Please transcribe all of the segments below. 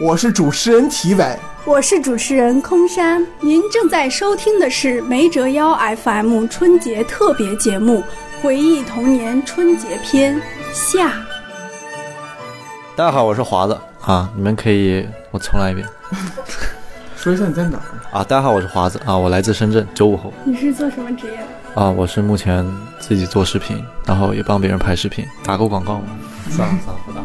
我是主持人体伟，我是主持人空山。您正在收听的是没折腰 FM 春节特别节目《回忆童年春节篇》下。大家好，我是华子啊，你们可以我重来一遍说一下你在哪儿？啊。大家好，我是华子啊，我来自深圳，九五后你是做什么职 业的？啊，我是目前自己做视频，然后也帮别人拍视频，打过广告吗？算了算了，不打。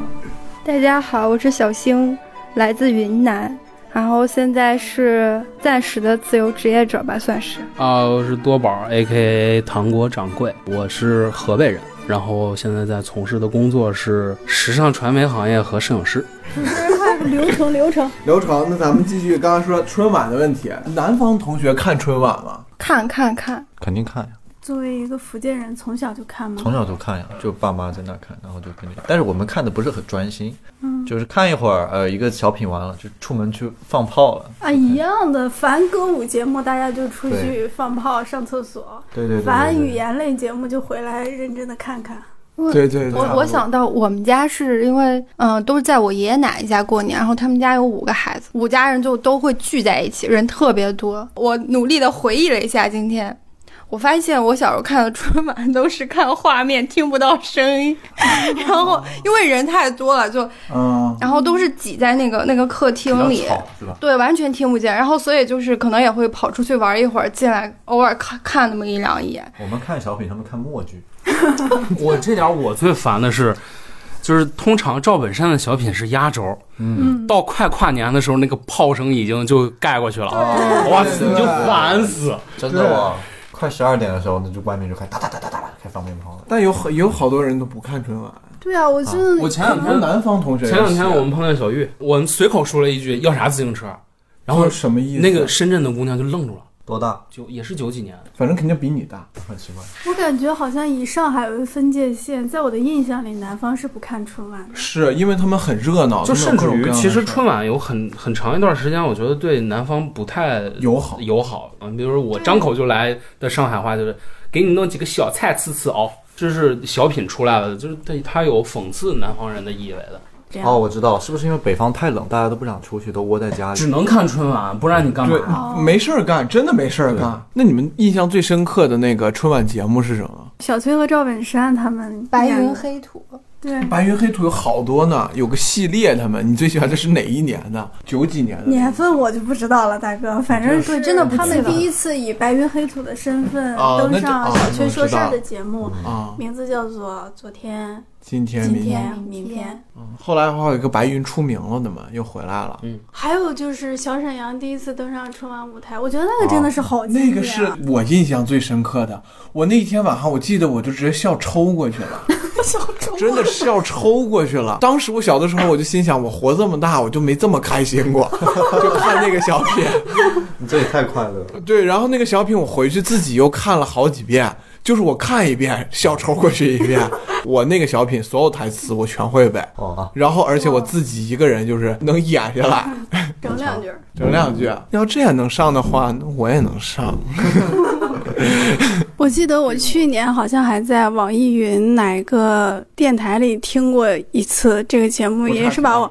大家好，我是小星，来自云南，然后现在是暂时的自由职业者吧，算是。啊，我是多宝 （A.K.A. 糖果掌柜），我是河北人，然后现在在从事的工作是时尚传媒行业和摄影师。快流程流程，刘成，那咱们继续刚刚说春晚的问题。南方同学看春晚吗？看看看，肯定看呀，作为一个福建人，从小就看吗从小就看呀，就爸妈在那看，然后就跟着。但是我们看的不是很专心，就是看一会儿，呃，一个小品完了，就出门去放炮了。啊，一样的，凡歌舞节目大家就出去对放炮、上厕所；对对对对凡语言类节目就回来认真的看看。对对对，我我想到我们家是因为，嗯、都是在我爷爷奶奶家过年，然后他们家有五个孩子，五家人就都会聚在一起，人特别多。我努力的回忆了一下，今天我发现我小时候看的春晚都是看画面，听不到声 音，然后因为人太多了，就嗯，然后都是挤在那个那个客厅里比较，吵是吧？对，完全听不见。然后所以就是可能也会跑出去玩一会儿，进来偶尔看看那么一两眼。我们看小品，他们看默剧。 我这点儿我最烦的是，就是通常赵本山的小品是压轴，嗯，到快跨年的时候，那个炮声已经就盖过去了，哇塞，对你就烦死。真的哇！快十二点的时候，那就外面就开始哒哒哒哒哒哒开始放鞭炮了。但有很有好多人都不看春晚。对啊，我真的、我前两很多天南方同学也前是，两天我们碰见小玉，我随口说了一句要啥自行车，然后都是什么意思？那个深圳的姑娘就愣住了，多大？九也是九几年，反正肯定比你大。很奇怪。我感觉好像以上海为分界线，在我的印象里，南方是不看春晚的。是因为他们很热闹，就他甚们有各至种各于，样的其实事儿春晚有很很长一段时间，我觉得对南方不太友好友好啊。比如说我张口就来的上海话就是给你弄几个小菜吃吃哦，这是小品出来了，就是对它有讽刺南方人的意味的，这样、哦，我知道，是不是因为北方太冷，大家都不想出去，都窝在家里？只能看春晚，不然你干嘛对呀？，没事儿干，真的没事儿干。那你们印象最深刻的那个春晚节目是什么？小崔和赵本山他们白演云的黑土，对白云黑土有好多呢，有个系列，他们你最喜欢的是哪一年的？九几年的年份我就不知道了，大哥，反正是对真的不他记们得第一次以白云黑土的身份哦登那就上哦小崔我说知事儿道的节目，啊、名字叫做《昨天、今天今明天、明天明天》。后来还有一个白云出名了的嘛，又回来了。还有就是小沈阳第一次登上春晚舞台，我觉得那个真的是好经典、哦啊那个是我印象最深刻的。我那一天晚上，我记得我就直接笑抽过去 了，真的笑抽过去了。当时我小的时候，我就心想，我活这么大，我就没这么开心过， 就看那个小品。你这也太快乐了。对，然后那个小品我回去自己又看了好几遍，就是我看一遍笑抽过去一遍，我那个小品所有台词我全会背，哦啊，然后而且我自己一个人就是能演下来整两句儿。整两句。要这也能上的话，那我也能上。我记得我去年好像还在网易云哪个电台里听过一次这个节目，不差也是把我，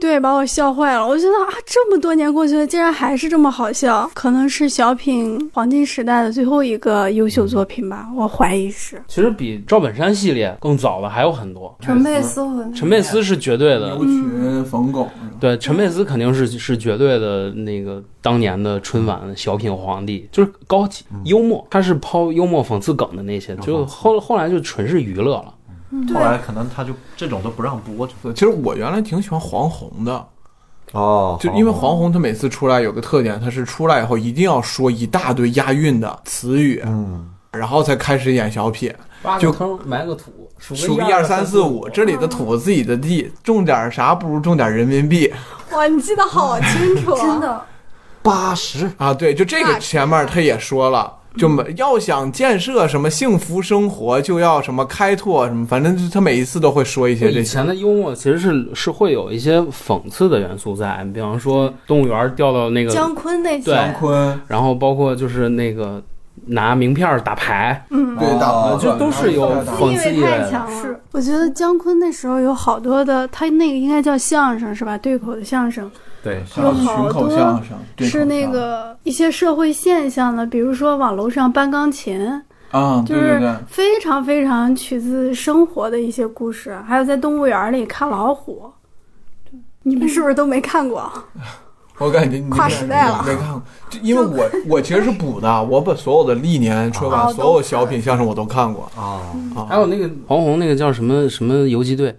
对，把我笑坏了。我觉得啊，这么多年过去了，竟然还是这么好笑，可能是小品黄金时代的最后一个优秀作品吧，我怀疑是。其实比赵本山系列更早的还有很多，陈佩斯和陈佩斯是绝对的牛，群、冯巩，对，陈佩斯肯定是是绝对的那个当年的春晚嗯小品皇帝，就是高级幽默，他是抛幽默讽刺梗的那些，嗯就后后来就纯是娱乐了。嗯后来可能他就这种都不让播。其实我原来挺喜欢黄宏的，哦就因为黄宏他每次出来有个特点，他是出来以后一定要说一大堆押韵的词语，嗯，然后才开始演小品。挖就坑埋个土，数个一二三四五，这里的土自己的地，种点啥不如种点人民 币哇，你记得好清楚，啊真。的八十啊！对，就这个前面他也说了，就没要想建设什么幸福生活，就要什么开拓什么，反正就是他每一次都会说一些这以些。前的幽默其实是是会有一些讽刺的元素在，比嗯方说动物园掉到那个，姜昆那期对姜坤然后包括就是那个拿名片儿打牌，嗯，对打哦麻就将都是有讽刺意味的。是，我觉得姜昆那时候有好多的，他那个应该叫相声是吧？对口的相声对，有好群口多相声，对是口那相声个一些社会现象的，比如说往楼上搬钢琴，啊，就对对对是，非常非常取自生活的一些故事，还有在动物园里看老虎。你们是不是都没看过？我感觉你跨时代了没看过，就因为 我我其实是补的，我把所有的历年春晚哦所有小品相声我都看过哦，啊，还有那个黄宏那个叫什么什么游击队，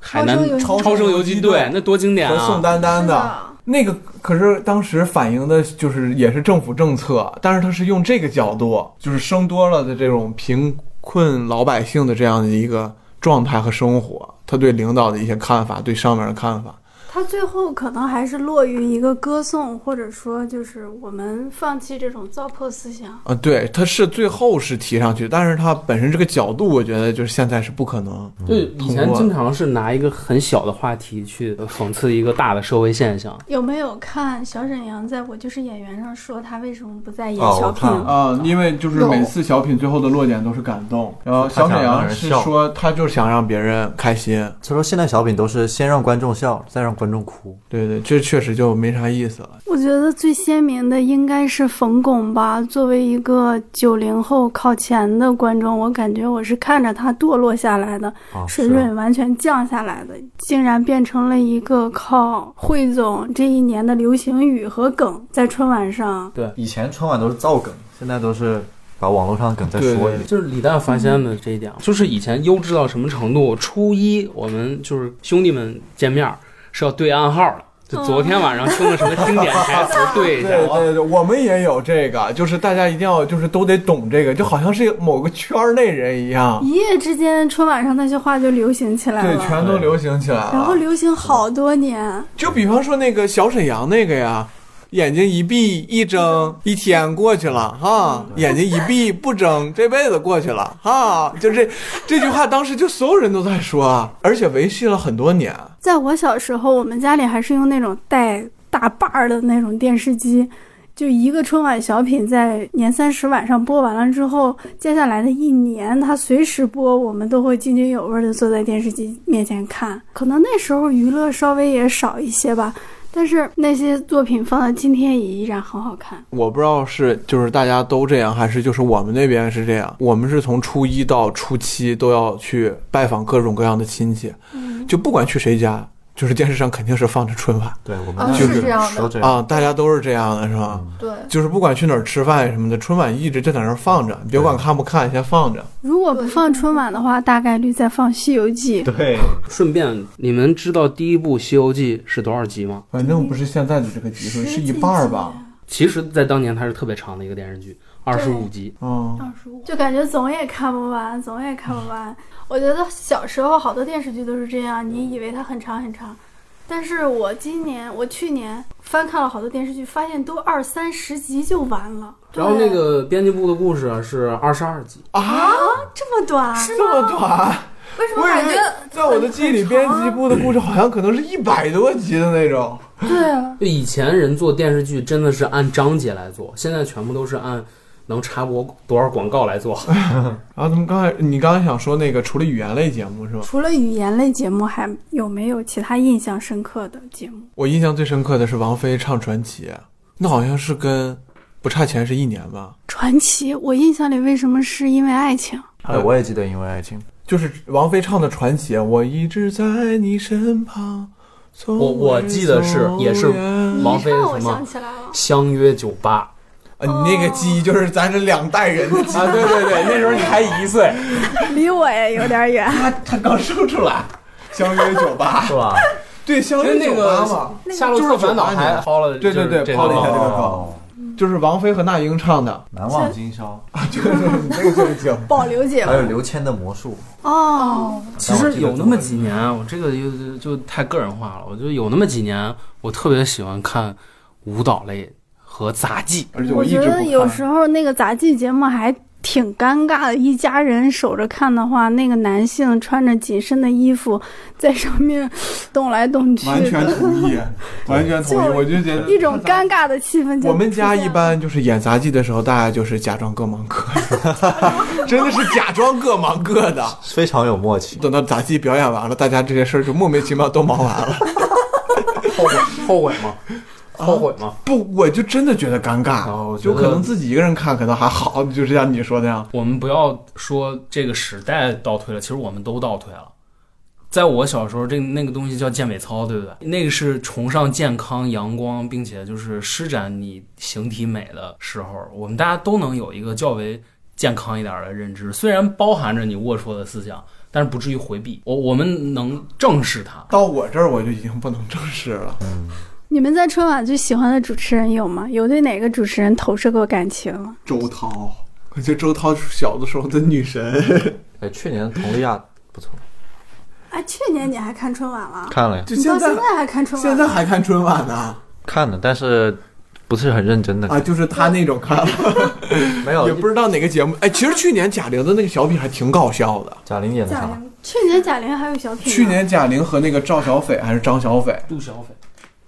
海南超生游击队超生游击队，那多经典和宋啊！丹丹是的。的，那个可是当时反映的就是也是政府政策，但是他是用这个角度，就是生多了的这种贫困老百姓的这样的一个状态和生活，他对领导的一些看法，对上面的看法，他最后可能还是落于一个歌颂，或者说就是我们放弃这种糟粕思想。啊，对，他是最后是提上去，但是他本身这个角度，我觉得就是现在是不可能。就以前经常是拿一个很小的话题去讽刺一个大的社会现象，有没有看小沈阳在我就是演员上说他为什么不再演哦小我品？看了啊、因为就是每次小品最后的落点都是感动，然后小沈阳是说他就是想让别人开心，所以说现在小品都是先让观众笑，再让观众哭。对对，这确实就没啥意思了。我觉得最鲜明的应该是冯巩吧。作为一个九零后靠前的观众，我感觉我是看着他堕落下来的，哦啊，水是啊准完全降下来的，竟然变成了一个靠汇总这一年的流行语和梗在春晚哦上。以前春晚都是造梗，现在都是把网络上的梗再对说一对遍。就是李诞发现的这一点，就是以前优质到什么程度？初一我们就是兄弟们见面儿是要对暗号的，就昨天晚上听了什么经典台词对一 对下。啊对对，我们也有这个，就是大家一定要就是都得懂这个，就好像是某个圈儿内人一样，一夜之间，春晚上那些话就流行起来对，了，全啊都流行起来了。然后流行好多年。就比方说那个小沈阳那个呀，眼睛一闭一睁，一天过去了哈，嗯眼睛一闭不睁，这辈子过去了哈，就这这句话，当时就所有人都在说啊，而且维系了很多年。在我小时候，我们家里还是用那种带大把儿的那种电视机，就一个春晚小品在年三十晚上播完了之后，接下来的一年，它随时播，我们都会津津有味的坐在电视机面前看。可能那时候娱乐稍微也少一些吧，但是那些作品放到今天也依然很好看。我不知道是就是大家都这样，还是就是我们那边是这样。我们是从初一到初七都要去拜访各种各样的亲戚，就不管去谁家，就是电视上肯定是放着春晚对我们啊那就是是这样的都这样。啊，大家都是这样的，是吧？嗯对，就是不管去哪儿吃饭什么的，春晚一直就在那儿放着，你别管看不看，先放着。如果不放春晚的话，大概率在放《西游记》。对，顺便，你们知道第一部《西游记》是多少集吗？反正不是现在的这个集数，是一半儿吧？其实，在当年它是特别长的一个电视剧，二十五集。嗯，就感觉总也看不完，总也看不完。我觉得小时候好多电视剧都是这样，你以为它很长很长，但是我今年我去年翻看了好多电视剧，发现都二三十集就完了，然后那个编辑部的故事啊是二十二集，啊这么短，啊这么短，为什我么以感为觉在我的记忆里，编辑部的故事好像可能是一百多集的那种。对啊？就以前人做电视剧真的是按章节来做，现在全部都是按能插播多少广告来 做。然后咱们啊刚才，你刚才想说那个，除了语言类节目是吧？除了语言类节目，还有没有其他印象深刻的节目？我印象最深刻的是王菲唱《传奇》，那好像是跟不差钱是一年吧？传奇，我印象里为什么是因为爱情？哎，我也记得因为爱情，就是王菲唱的《传奇》，我一直在你身旁。从我我记得是未也是走远王菲你一是看什我么想？起来了，相约酒吧，啊，你那个记忆就是咱这两代人的记忆。啊对对对，那时候你才一岁，离我也有点 远。 他他刚说出来，相约酒吧，是吧？ 对，相约跟那酒个吧《嘛，夏洛特烦恼》就是酒吧还抛了，对对对就是这个抛了一下这梗个梗哦，就是王菲和那英唱的，难忘今宵，就是那个酒。保留节哎还有刘谦的魔术，哦，其实有那么几年，啊我这个就就就太个人化了。我就有那么几年，我特别喜欢看舞蹈类和杂技。而且我一直觉不得有看时候那个杂技节目还挺尴尬的，一家人守着看的话，那个男性穿着紧身的衣服在上面动来动去，完全同 意，完全同意，就我就觉得一种尴尬的气氛就出现了。我们家一般就是演杂技的时候，大家就是假装各忙各 的，真的是假装各忙各的。非常有默契。等到杂技表演完了，大家这些事儿就莫名其妙都忙完了。后悔后悔吗？ 后悔吗？不，我就真的觉得尴尬，哦我觉就得可能自己一个人看可能还好，就是像你说的那样。我们不要说这个时代倒退了，其实我们都倒退了。在我小时候，这那个东西叫健美操，对不对？那个是崇尚健康、阳光，并且就是施展你形体美的时候，我们大家都能有一个较为健康一点的认知。虽然包含着你龌龊的思想，但是不至于回避。我我们能正视它。到我这儿我就已经不能正视了。你们在春晚最喜欢的主持人有吗？有对哪个主持人投射过感情吗？周涛，我觉得周涛小的时候的女神，哎，去年佟丽娅不错，啊，去年你还看春晚了？看了呀，就现在还看春现在还看春晚呢看了，但是不是很认嗯真的，啊，就是他那种看了，没有也不知道哪个节目。哎，其实去年贾玲的那个小品还挺搞笑的。贾玲演的贾啥？玲，去年贾玲还有小品呢。去年贾玲和那个赵小斐还是张小斐杜小斐，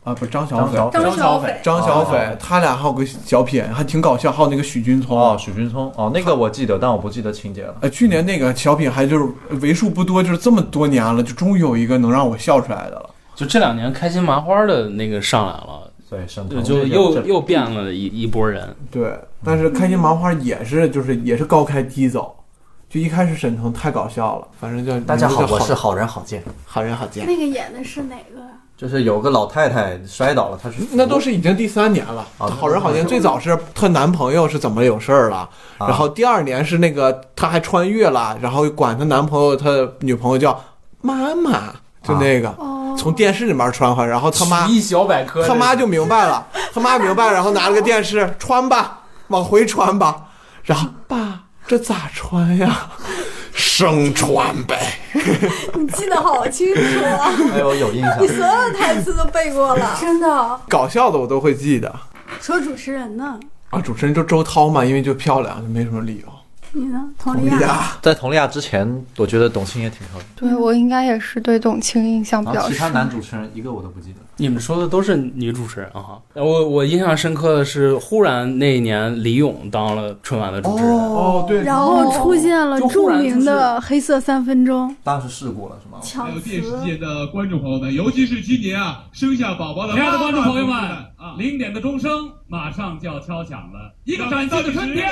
啊，不是张小斐，张张小小斐斐张小哦斐，他俩还有个小品，还挺搞笑，还有那个许君聪。哦，许君聪哦，那个我记得，但我不记得情节了。呃，去年那个小品还就是为数不多，就是这么多年了，就终于有一个能让我笑出来的了。就这两年开心麻花的那个上来了，对，沈就腾就这个又这又变了一一波人。对，但是开心麻花也是，就是也是高开低走，就一开始沈腾太搞笑了，反正叫大家好，名字叫我嗯是好人好见。好人好见。那个演的是哪个？就是有个老太太摔倒了，她是那都是已经第三年了，啊好人好见最早是她男朋友是怎么有事儿了，啊 然后第二年是那个她还穿越了，然后管她男朋友她女朋友叫妈妈，就那个、哦，从电视里面穿回来，然后他妈曲艺小百科，他妈就明白了，他妈明白了，然后拿了个电视穿吧，往回穿吧，然后爸这咋穿呀？生穿呗，你记得好清楚啊！ 哎，我有印象 你。所有的台词都背过了。真的。哦搞笑的我都会记得说主持人呢？啊。主持人就周涛嘛，因为就漂亮，就没什么理由。你呢？佟同丽意娅。啊，在佟丽娅之前，我觉得董卿也挺漂亮。对我应该也是对董卿印象比然较后啊其他深。男主持人一个我都不记得。你们说的都是女主持人啊！我我印象深刻的是，忽然那一年李咏当了春晚的主持人，哦对然后出现了就忽著然就是名的黑色三分钟，当时试过了是吗？强还有电视词。界的观众朋友们，尤其是今年啊生下宝宝的亲爱的观众朋友们啊，零点的钟声马上就要敲响了，一个崭新的春天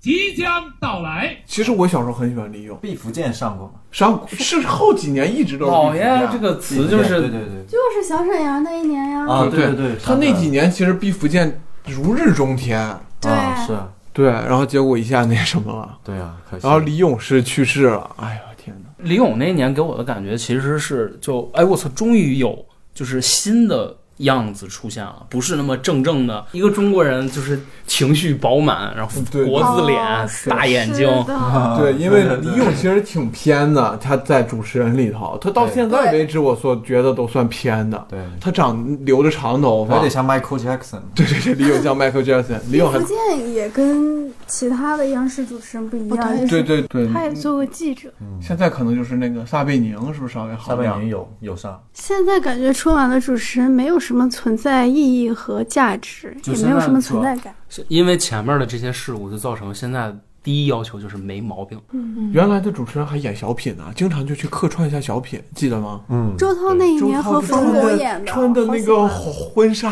即将到来。其实我小时候很喜欢李咏，毕福剑上过吗？上是后几年一直都是老毕爷福这剑。个词就对是对对就是小沈阳那一年呀，啊，对对对对对，他那几年其实毕福剑如日中天，对啊是啊，对，然后结果一下那什么了，对啊，可惜。然后李咏是去世了，哎呀天哪！李咏那一年给我的感觉其实是就哎我操，终于有就是新的样子出现了，不是那么正正的一个中国人，就是情绪饱满，然后对国字脸、哦大眼睛，是的啊对，因为李对咏其实挺偏的，他在主持人里头，他到对现在为止，我所觉得都算偏的。对，他长留着长头有发点，像 Michael Jackson。对对对，李咏像 Michael Jackson，李咏还福建也跟其他的央视主持人不一不样，太就对是对对，他也做过记者。现在可能就是那个撒贝宁，是不是稍微好下点半儿？年有有上，现在感觉春晚的主持人没有什么存在意义和价值，就也现没在有什么存在感。是因为前面的这些事物就造成现在第一要求就是没毛病。嗯原来的主持人还演小品呢，经常就去客串一下小品，记得吗？嗯，周涛那一周年涛和冯巩穿的演的，穿的那个婚纱，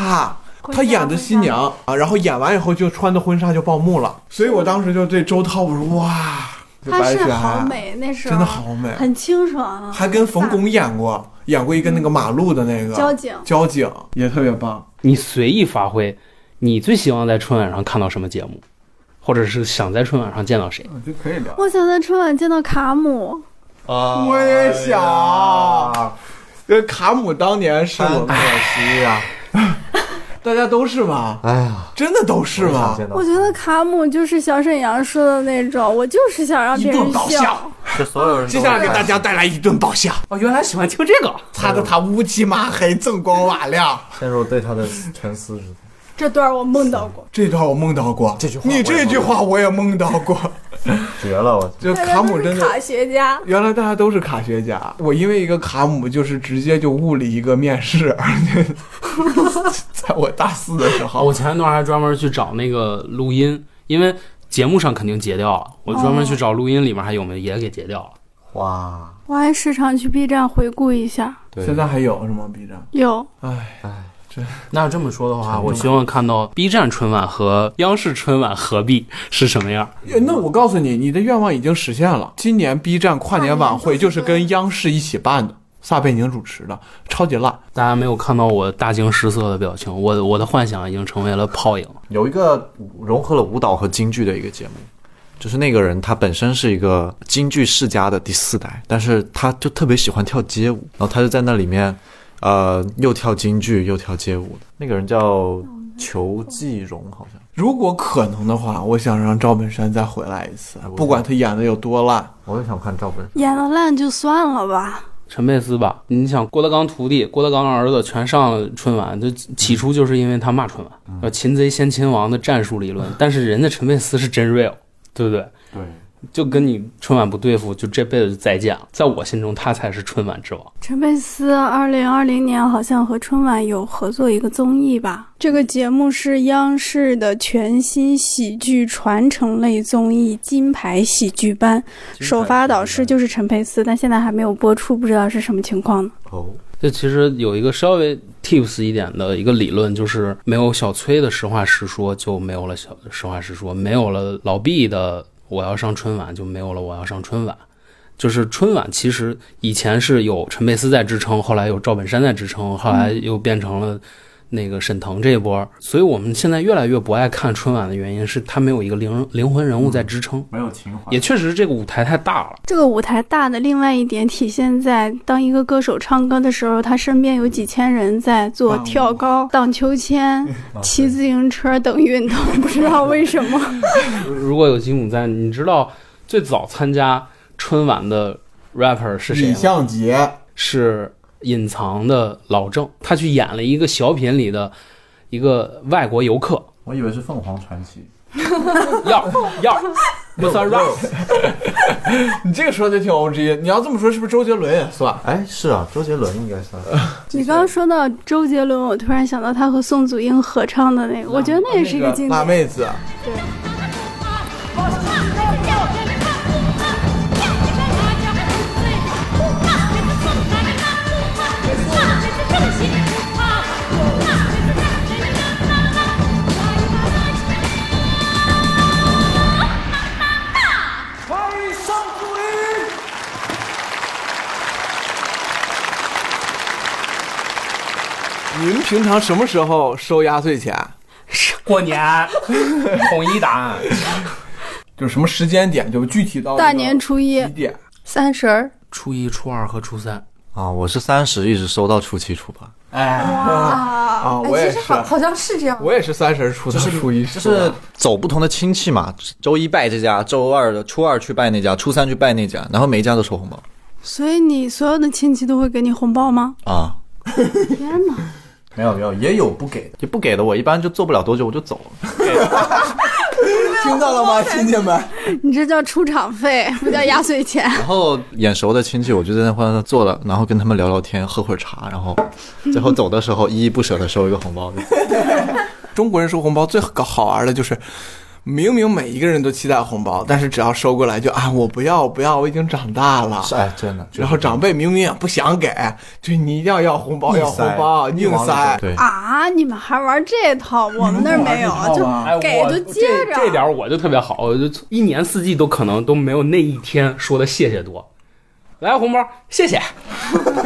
婚纱他演的新娘啊，然后演完以后就穿的婚纱就报幕了，所以我当时就对周涛我说哇，这她白是雪好皑，美，那时候真的好美，很清爽，啊还跟冯巩演过，演过一个那个马路的那个交警。交警，也特别棒。你随意发挥，你最希望在春晚上看到什么节目，或者是想在春晚上见到谁？嗯就可以聊。我想在春晚见到卡哦姆，啊我也想这卡姆当年是我哎真可们，惜啊呀，大家都是吗？哎呀，真的都是我也想吗？见到我觉得卡姆就是小沈阳说的那种，我就是想让别一人顿搞笑笑。就所有人都接下来给大家带来一顿爆笑，哦，原来喜欢听这个。擦得他乌漆麻黑，锃光瓦亮。陷入对他的沉思之中。这段我梦到过，这段我梦到过，这句话我也你这句话我也梦到过。绝了！我 就大嗯卡家都姆是真的，卡学家，原来大家都是卡学家。我因为一个卡姆，就是直接就误了一个面试， 而且在我大四的时候 我，前一段还专门去找那个录音，因为节目上肯定截掉了，我专门去找录音里面还有没有也给截掉了。哇，我还时常去 B 站回顾一下。对，现在还有是吗？B 站，有哎，那要这么说的话，我希望看到 B 站春晚和央视春晚合璧是什么样。哎那我告诉你，你的愿望已经实现了。今年 B 站跨年晚会就是跟央视一起办的，撒贝宁主持的，超级烂。大家没有看到我大惊失色的表情，我我的幻想已经成为了泡影。有一个融合了舞蹈和京剧的一个节目，就是那个人他本身是一个京剧世家的第四代，但是他就特别喜欢跳街舞，然后他就在那里面，呃，又跳京剧又跳街舞的。那个人叫裘继荣，好像如果可能的话，我想让赵本山再回来一哎次，不管他演的有多烂。我也想看赵本山。演的烂就算了吧，陈佩斯吧，你想郭德纲徒弟、郭德纲儿子全上了春晚，就起初就是因为他骂春晚，呃，擒贼先擒王的战术理论。但是人家陈佩斯是真 real，对不对？对，就跟你春晚不对付，就这辈子就再见了。在我心中，他才是春晚之王。陈佩斯二零二零年好像和春晚有合作一个综艺吧？这个节目是央视的全新喜剧传承类综艺《金牌喜剧班》，首发导师就是陈佩斯，但现在还没有播出，不知道是什么情况呢。哦，这其实有一个稍微 tips 一点的一个理论，就是没有小崔的实话实说，就没有了小实话实说；没有了老毕的我要上春晚，就没有了我要上春晚。就是春晚其实以前是有陈佩斯在支撑，后来有赵本山在支撑，后来嗯又变成了那个沈腾这一波。所以我们现在越来越不爱看春晚的原因是，他没有一个灵灵魂人物在支撑，嗯没有情怀也确实这个舞台太大了。这个舞台大的另外一点体现在，当一个歌手唱歌的时候，他身边有几千人在做伴舞跳高、荡秋千、骑自行车等运动，不知道为什么。如果有吉姆在，你知道最早参加春晚的 rapper 是谁李吗？相杰， 是隐藏的老郑，他去演了一个小品里的一个外国游 客，我以为是凤凰传奇。要要，What's a rap？你这个说的挺 O G。你要这么说，是不是周杰伦也算？哎，是啊，周杰伦应该算。你刚刚说到周杰伦，我突然想到他和宋祖英合唱的那个，我觉得那也是一个经辣典。妹子，你们平常什么时候收压岁钱？过年统一答案。就是什么时间点？就具体到大年初一几，点？三十儿初一、初二和初三，啊，我是三十，一直收到初七初八，哎，啊，哎我也是，好像是这样我也是三十出的，初一就就是走不同的亲戚嘛，周一拜这家，周二的初二去拜那家，初三去拜那家，然后每一家都收红包所以你所有的亲戚都会给你红包吗？啊。天哪！没有没有，也有不给的，也不给的，我一般就做不了多久我就走了。听到了吗，亲戚们？你这叫出场费，不叫压岁钱。然后眼熟的亲戚，我就在那块儿坐了，然后跟他们聊聊天，喝会儿茶，然后最后走的时候依依不舍的收一个红包。中国人收红包最搞好玩的就是，明明每一个人都期待红包，但是只要收过来就啊，我不要，我不要，我已经长大了。 哎，真的。然后长辈明明也不想给，就你一定要要红包，要红包，硬塞。对，啊！你们还玩这套，我们那儿没有，吗就哎我给就接这着。这点儿我就特别好，我就一年四季都可能都没有那一天说的谢谢多。来个红包，谢谢，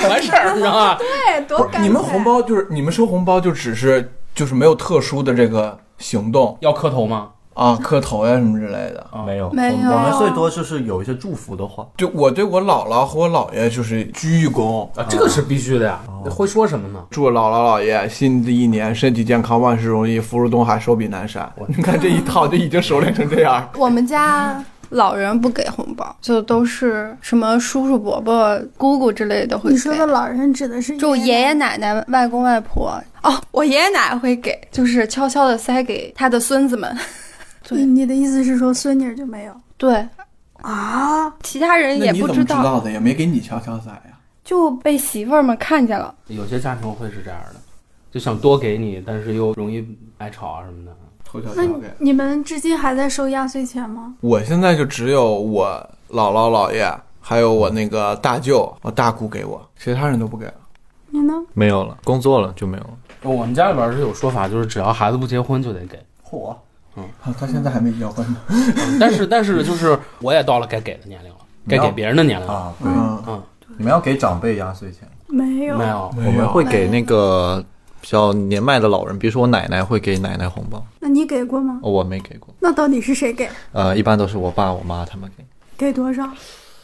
完事儿，你知道吗？对，哎多感你们红包就是你们收红包就只是就是没有特殊的这个行动要磕头吗？啊，磕头呀什么之类的。没有没有多就是有一些祝福的话，就我对我姥姥和我姥爷就是鞠一躬，啊，这个是必须的呀。会说什么呢？祝姥姥姥爷新的一年身体健康，万 事如意，福如东海，寿比南山。你看这一套就已经熟练成这样。我们家 老人不给红包，就都是什么叔叔伯伯、姑姑之类的会给。你说的老人指的是就爷爷奶奶、外公外婆哦，我爷爷奶奶会给，就是悄悄的塞给他的孙子们。 对你你的意思是说孙女儿就没有对，啊？其他人那也你不怎么知知道，道的呀？没给你敲敲伞呀？就被媳妇儿们看见了。有些家庭会是这样的，就想多给你，但是又容易挨吵啊什么的。偷敲那敲给。你们至今还在收压岁钱吗？我现在就只有我姥姥姥爷，还有我那个大舅、我大姑给我，其他人都不给了。你呢？没有了，工作了就没有了。我们家里边儿是有说法，就是只要孩子不结婚就得 给，嚯，嗯啊，他现在还没结婚呢。但是但是就是我也到了该给的年龄了，该给别人的年龄了。啊，对，嗯，你们要给长辈压岁钱，没有，没有，没我们有会给那个比较年迈的老人，比如说我奶奶会给奶奶红包，那你给过吗？哦我没给过。那到底是谁给？呃，一般都是我爸、我妈他们给给多少？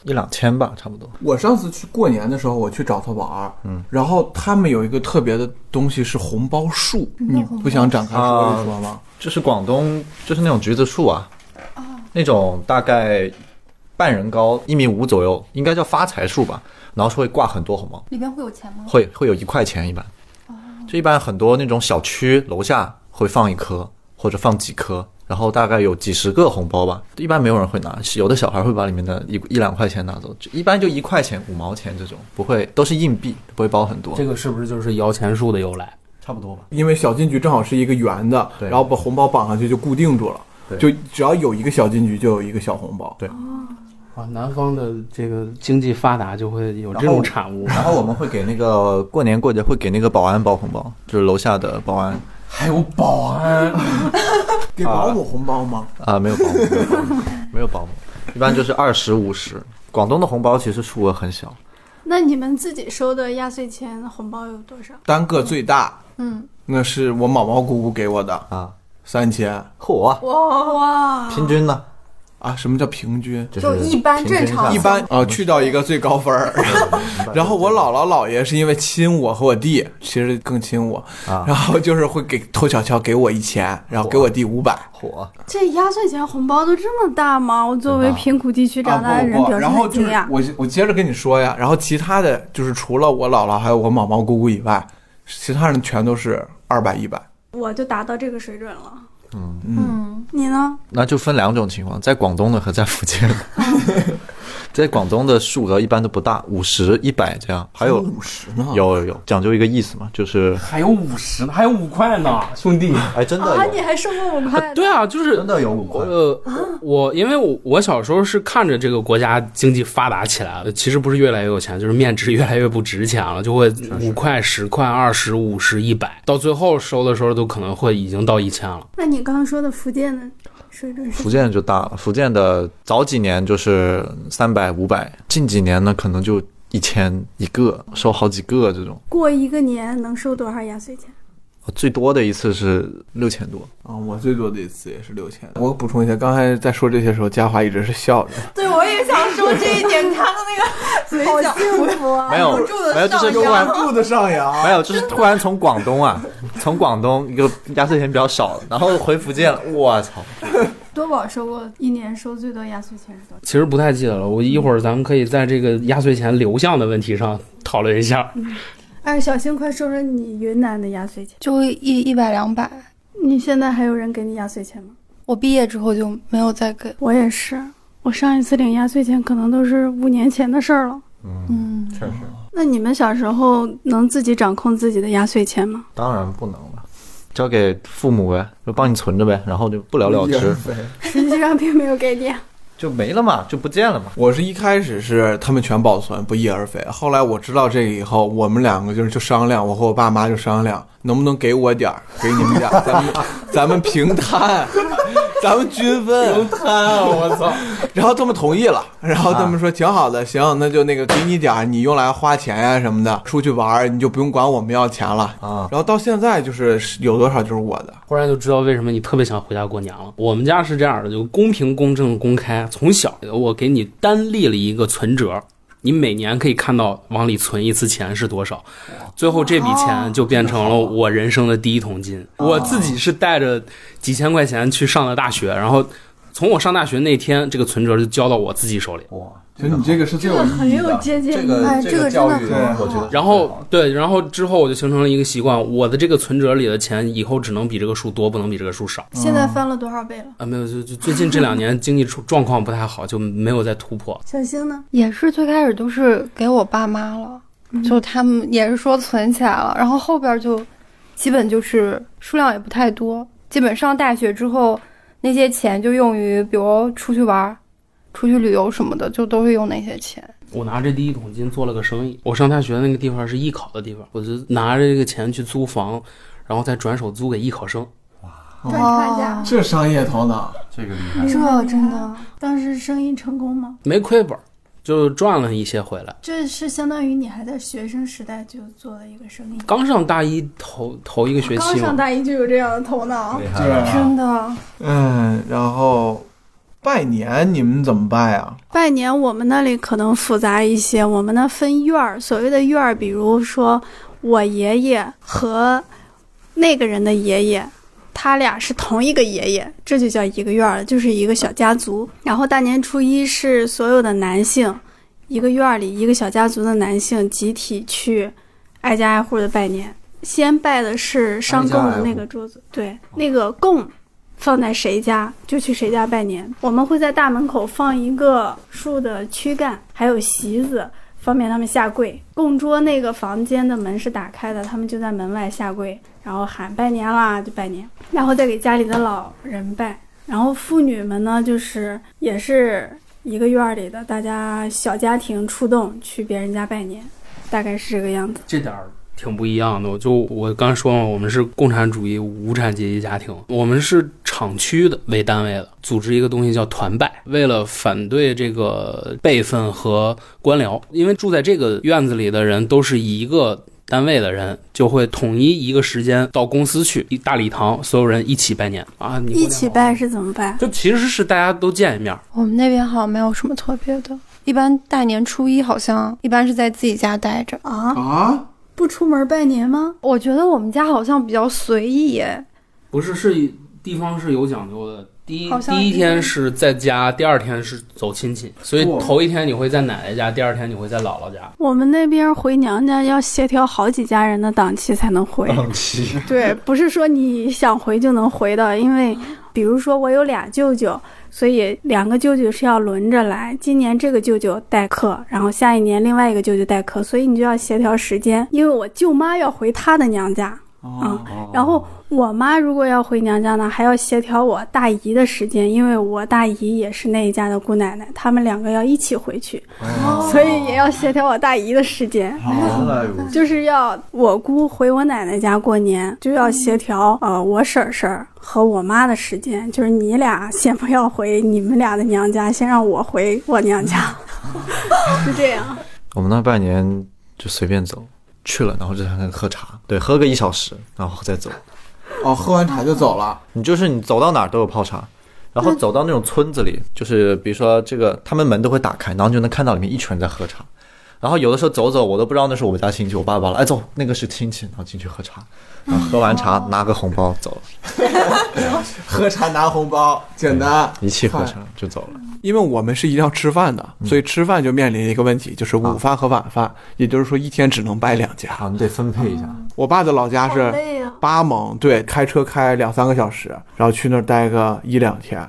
一两千吧，差不多。我上次去过年的时候，我去找他玩儿，嗯，然后他们有一个特别的东西是红包树，你不想展开说一说吗？就是广东，就是那种橘子树啊，哦那种大概半人高，一米五左右，应该叫发财树吧。然后是会挂很多红包，里边会有钱吗？会会有一块钱一般，就一般很多那种小区楼下会放一颗或者放几颗，然后大概有几十个红包吧，一般没有人会拿，有的小孩会把里面的一一两块钱拿走，就一般就一块钱、五毛钱这种，不会都是硬币，不会包很多这。个是不是就是摇钱树的由来？差不多吧。因为小金桔正好是一个圆的，对然后把红包绑上去就固定住了，对就只要有一个小金桔就有一个小红包。对啊，南方的这个经济发达就会有这然种后产物。 然后我们会给那个过年过节会给那个保安包红包，就是楼下的保安还有保安 给保姆红包吗？啊，没有保姆，没有保姆没有保姆，一般就是二十五十。广东的红包其实数额很小，那你们自己收的压岁钱红包有多少？单个最大，嗯，那是我毛毛姑姑给我的啊，三千嚯、哇，啊平均呢？啊。什么叫平均？就就是一般平均正常下啊一来般啊，去到一个最高分儿。然后我姥姥姥爷是因为亲我和我弟，其实更亲我，啊然后就是会给偷巧巧给我一千，然后给我弟五百。火，这压岁钱红包都这么大吗？我作为很大贫苦地区啊长大的人，不不，表示然后很就惊是讶。我我接着跟你说呀，然后其他的就是除了我姥姥还有我毛毛姑姑以外，其他人全都是二百一百。我就达到这个水准了。嗯，你呢？那就分两种情况，在广东的和在福建的。 在广东的数额一般都不大，五十、一百这样，还有五十呢，有有有讲究一个意思嘛，就是还有五十呢，还有五块呢，兄弟。哎，真啊，的你有，还收过五块？对啊，就是真的有五块呃，我因为我我小时候是看着这个国家经济发达起来的，其实不是越来越有钱，就是面值越来越不值钱了，就会五块、十块、二十、五十、一百，到最后收的时候都可能会已经到一千了。那你刚刚说的福建的水准是福建就大了。福建的早几年就是三百、五百，近几年呢可能就一千一个，收好几个这种。过一个年能收多少压岁钱？最多的一次是六千多，啊，我最多的一次也是六千。我补充一下，刚才在说这些时候，嘉华一直是笑着。对，我也想说这一点，他的那 个好幸福啊！没有不住地没有，就是上突然扬肚子上扬，没有，就是突然从广东啊，从广东一个压岁钱比较少，然后回福建了，我操！多宝收过一年收最多压岁钱是多少？其实不太记得了，我一会儿咱们可以在这个压岁钱流向的问题上讨论一下。哎，小新，快说说你云南的压岁钱。就一一百两百。你现在还有人给你压岁钱吗？我毕业之后就没有再给。我也是，我上一次领压岁钱可能都是五年前的事儿了。嗯，确实，那你们小时候能自己掌控自己的压岁钱吗？当然不能了，交给父母呗，就帮你存着呗，然后就不了了之，实际上并没有给你。啊就没了嘛，就不见了嘛。我是一开始是他们全保存，不翼而飞。后来我知道这个以后，我们两个就是就商量，我和我爸妈就商量，能不能给我点儿，给你们点儿， 咱们咱们平摊，咱们均分。平摊啊！我操！ 啊然后他们同意了，然后他们说挺好的，行，那就那个给你点儿，你用来花钱呀、什么的，出去玩儿你就不用管我们要钱了。啊，然后到现在就是有多少就是我的，忽然就知道为什么你特别想回家过年了。我们家是这样的，就公平、公正、公开。从小我给你单立了一个存折，你每年可以看到往里存一次钱是多少，最后这笔钱就变成了我人生的第一桶金。我自己是带着几千块钱去上的大学，然后。从我上大学那天，这个存折就交到我自己手里。哇，其实你这个是最 这有个意很义有的。借鉴这意义。个哎这这个个教真的育，很好我觉得然后对，然后之后我就形成了一个习惯，我的这个存折里的钱以后只能比这个数多，不能比这个数少。现在翻了多少倍了？啊，没有，就就最近这两年经济状状况不太好，就没有再突破。小星呢？也是最开始都是给我爸妈了，就他们也是说存起来了，然后后边就基本就是数量也不太多，基本上大学之后那些钱就用于比如出去玩儿、出去旅游什么的，就都是用那些钱。我拿着第一桶金做了个生意。我上大学那个地方是艺考的地方，我就拿着这个钱去租房，然后再转手租给艺考生。赚差价，哦这商业头脑，这个厉害。厉害啊这真的。当时生意成功吗？没亏本儿，就赚了一些回来。这是相当于你还在学生时代就做的一个生意。刚上大一头头一个学刚期上嘛，大一就有这样的头脑厉，害对了，真的，嗯，然后拜年你们怎么拜啊？拜年我们那里可能复杂一些，我们那分院儿，所谓的院儿，比如说我爷爷和那个人的爷爷。他俩是同一个爷爷，这就叫一个院儿了，就是一个小家族。然后大年初一是所有的男性，一个院儿里一个小家族的男性集体去挨家挨户的拜年。先拜的是上供的那个桌子，对，那个供放在谁家就去谁家拜年。我们会在大门口放一个树的躯干，还有席子，方便他们下跪。供桌那个房间的门是打开的，他们就在门外下跪，然后喊拜年啦，就拜年，然后再给家里的老人拜。然后妇女们呢，就是也是一个院儿里的，大家小家庭出动去别人家拜年，大概是这个样子。这点儿挺不一样的。我就我刚才说嘛，我们是共产主义无产阶级家庭，我们是厂区的为单位的，组织一个东西叫团拜，为了反对这个辈分和官僚，因为住在这个院子里的人都是一个。单位的人就会统一一个时间到公司去，一大礼堂，所有人一起拜年啊！你过年一起好拜是怎么拜？就其实是大家都见一面儿，我们那边好像没有什么特别的，一般大年初一好像一般是在自己家待着。啊，啊，不出门拜年吗？我觉得我们家好像比较随意耶，不是是地方是有讲究的。第一好像第一天是在家，第二天是走亲戚，所以头一天你会在奶奶家，第二天你会在姥姥家。我们那边回娘家要协调好几家人的档期才能回。档期 对，不是说你想回就能回的，因为比如说我有俩舅舅，所以两个舅舅是要轮着来。今年这个舅舅代课，然后下一年另外一个舅舅代课，所以你就要协调时间。因为我舅妈要回她的娘家，嗯哦，然后我妈如果要回娘家呢，还要协调我大姨的时间，因为我大姨也是那一家的姑奶奶，他们两个要一起回去，所以也要协调我大姨的时间。原来如此， 就是要我姑回我奶奶家过年，就要协调呃我婶婶儿和我妈的时间，就是你俩先不要回你们俩的娘家，先让我回我娘家， 是这样。我们那拜年就随便走，去了然后就在那喝茶，对，喝个一小时，然后再走。哦，喝完茶就走了。 你就是你走到哪儿都有泡茶，然后走到那种村子里，就是比如说这个他们门都会打开，然后就能看到里面一群人在喝茶。然后有的时候走走，我都不知道那是我们家亲戚，我爸爸了，哎走，那个是亲戚，然后进去喝茶，然后喝完茶拿个红包走了，喝茶拿红包，简单。一气呵成就走了。因为我们是一定要吃饭的，所以吃饭就面临一个问题，就是午饭和晚饭，也就是说一天只能拜两家。啊，你得分配一下，我爸的老家 是累啊！巴盟，对，开车开两三个小时，然后去那儿待个一两天，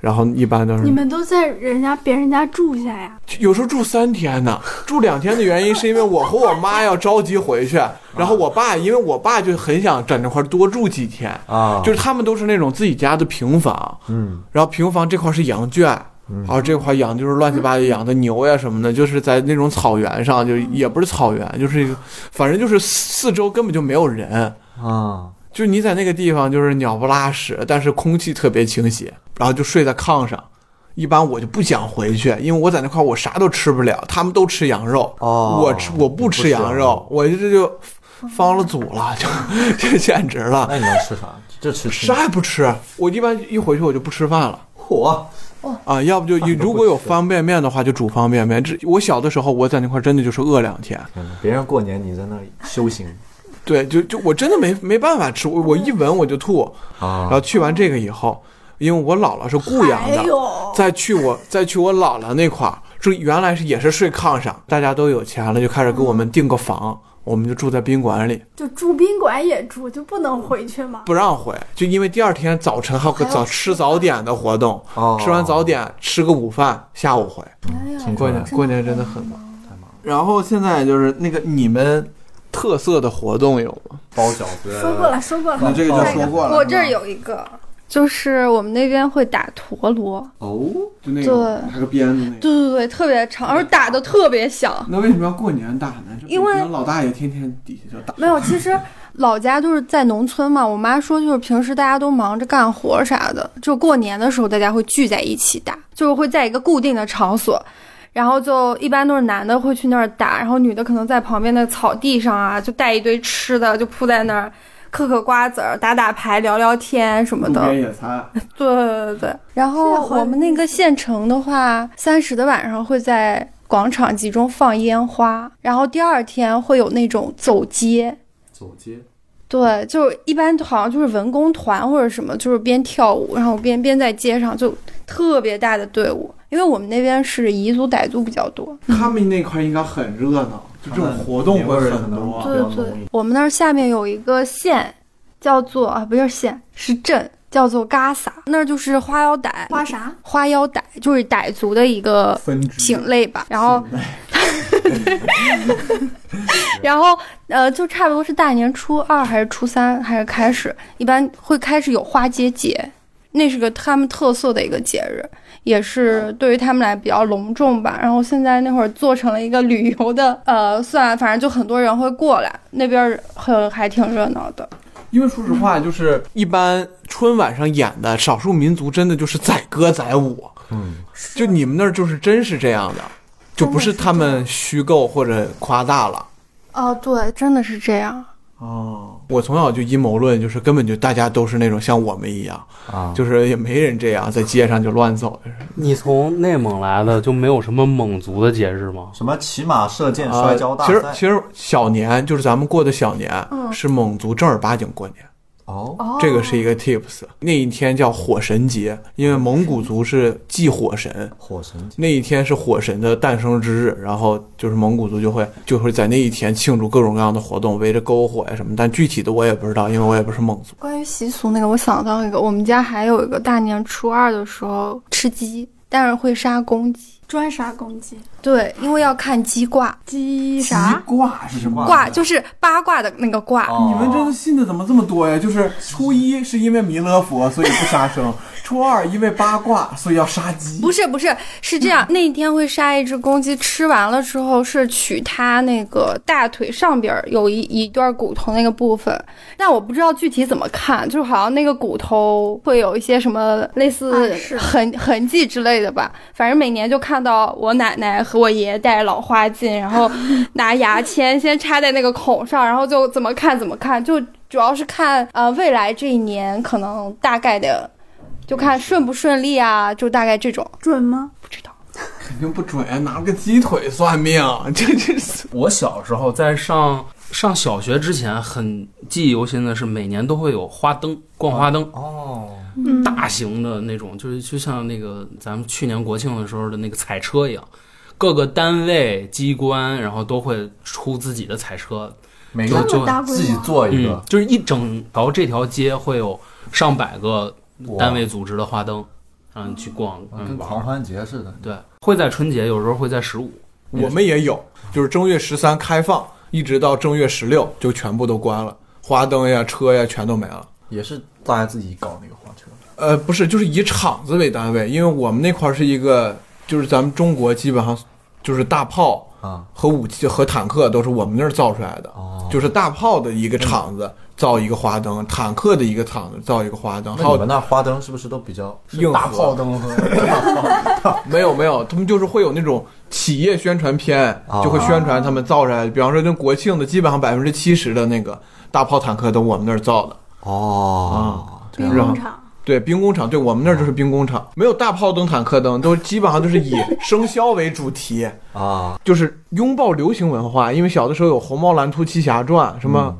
然后一般都是你们都在人家别人家住下呀？有时候住三天呢，住两天的原因是因为我和我妈要着急回去，然后我爸，因为我爸就很想在那块儿多住几天啊就是他们都是那种自己家的平房，嗯，然后平房这块儿是羊圈，然后这块儿养就是乱七八糟养的牛呀什么的，就是在那种草原上，就也不是草原，就是一个，反正就是四周根本就没有人，啊，就你在那个地方就是鸟不拉屎，但是空气特别清新，然后就睡在炕上。一般我就不想回去，因为我在那块儿我啥都吃不了，他们都吃羊 肉，哦我吃我不吃羊肉，我这就方了祖了，就 这简直了，那你能吃啥？就吃吃啥也不吃。我一般一回去我就不吃饭了。火啊，要不就如果有方便面的话，就煮方便面。这我小的时候，我在那块儿真的就是饿两天，别人过年你在那里修行对，就就我真的没没办法吃，我我一闻我就吐。啊然后去完这个以后，因为我姥姥是雇养哎的，呦，再去我再去我姥姥那块儿，住原来是也是睡炕上，大家都有钱了，就开始给我们订个房，我们就住在宾馆里，就住宾馆也住，就不能回去吗？不让回，就因为第二天早晨还有个还要早吃吃早点的活动，哦吃完早点吃个午饭，下午回。哎呀，挺过年过年真的很忙，然后现在就是那个你们特色的活动有吗？包饺呃说过了，说过了，哦那这个就说过了。我这儿有一个，就是我们那边会打陀螺，哦，就那个对还个鞭子那。对对对，特别长，而且打的特别响。那为什么要过年打呢？因为老大爷天天底下就打。没有，其实老家就是在农村嘛。我妈说，就是平时大家都忙着干活啥的，就过年的时候大家会聚在一起打，就是会在一个固定的场所，然后就一般都是男的会去那儿打，然后女的可能在旁边的草地上啊，就带一堆吃的，就铺在那儿嗑嗑瓜子儿、打打牌、聊聊天什么路的。边野餐，对对对对，然这后好有我们那个县城的话，三十的晚上会在广场集中放烟花，然后第二天会有那种走街。走街，对，就是一般好像就是文工团或者什么，就是边跳舞，然后边边在街上，就特别大的队伍。因为我们那边是彝族、傣族比较多，他们那块应该很热闹，就这种活动会很多。对对，我们那儿下面有一个县，叫做啊不是县，是镇，叫做嘎萨，那儿就是花腰傣，花啥？花腰傣就是傣族的一个分支品类吧，然后，然后呃，就差不多是大年初二还是初三还是开始，一般会开始有花街节，那是个他们特色的一个节日，也是对于他们来比较隆重吧。然后现在那会儿做成了一个旅游的呃，算反正就很多人会过来，那边儿很还挺热闹的。因为说实话，就是一般春晚上演的少数民族，真的就是载歌载舞。嗯，就你们那儿就是真是这样的，就不是他们虚构或者夸大了。哦，对，真的是这样。哦，我从小就阴谋论，就是根本就大家都是那种像我们一样，啊，就是也没人这样在街上就乱走。你从内蒙来的就没有什么蒙族的节日吗？什么骑马、射箭、啊摔跤大其实赛？其实小年就是咱们过的小年，嗯是蒙族正儿八经过年。哦，哦这个是一个 tips。那一天叫火神节，因为蒙古族是祭火神，火神节那一天是火神的诞生之日，然后就是蒙古族就会就会在那一天庆祝各种各样的活动，围着篝火呀什么。但具体的我也不知道，因为我也不是蒙族。关于习俗那个，我想到一个，我们家还有一个大年初二的时候吃鸡，但是会杀公鸡。专杀公鸡？对，因为要看鸡卦，鸡啥？卦是什么卦就是八卦的那个卦。哦你们真的信的怎么这么多呀？就是初一是因为弥勒佛，所以不杀生；初二因为八卦，所以要杀鸡。不是不是，是这样，那一天会杀一只公鸡，吃完了之后是取它那个大腿上边儿有一一段骨头那个部分，但我不知道具体怎么看，就是好像那个骨头会有一些什么类似暗示痕痕迹之类的吧。反正每年就看到我奶奶和我爷爷戴着老花镜，然后 拿牙签先插在那个孔上，然后就怎么看怎么看，就主要是看呃未来这一年可能大概的。就看顺不顺利啊，就大概这种。准吗？不知道。肯定不准，拿个鸡腿算命， 这这是我小时候在上上小学之前，很记忆犹新的是每年都会有花灯，逛花灯，哦，嗯，大型的那种，就是就像那个咱们去年国庆的时候的那个彩车一样，各个单位机关然后都会出自己的彩车，每就个这就么大规自己模，做嗯一个，，就是一整条这条街会有上百个哇单位组织的花灯，让你去逛，嗯让跟你狂玩。欢节似的。对，会在春节，有时候会在十五。我们也有，就是正月十三开放，一直到正月十六就全部都关了，花灯呀、车呀全都没了。也是大家自己搞那个花车，呃，不是，就是以厂子为单位，因为我们那块儿是一个，就是咱们中国基本上就是大炮啊和武器和坦克都是我们那儿造出来的，啊哦就是大炮的一个厂子造一个花灯，坦克的一个厂子造一个花灯，还那你有们那花灯是不是都比较是硬核大炮灯和 没有没有，他们就是会有那种企业宣传片，哦就会宣传他们造出来的，比方说跟国庆的基本上百分之七十的那个大炮坦克都我们那儿造的，哦啊啊，兵工厂。对兵工厂，对我们那儿就是兵工厂，没有大炮灯、坦克灯，都基本上都是以生肖为主题。嗯啊，嗯就是拥抱流行文化，因为小的时候有《虹猫蓝兔七侠传》，什么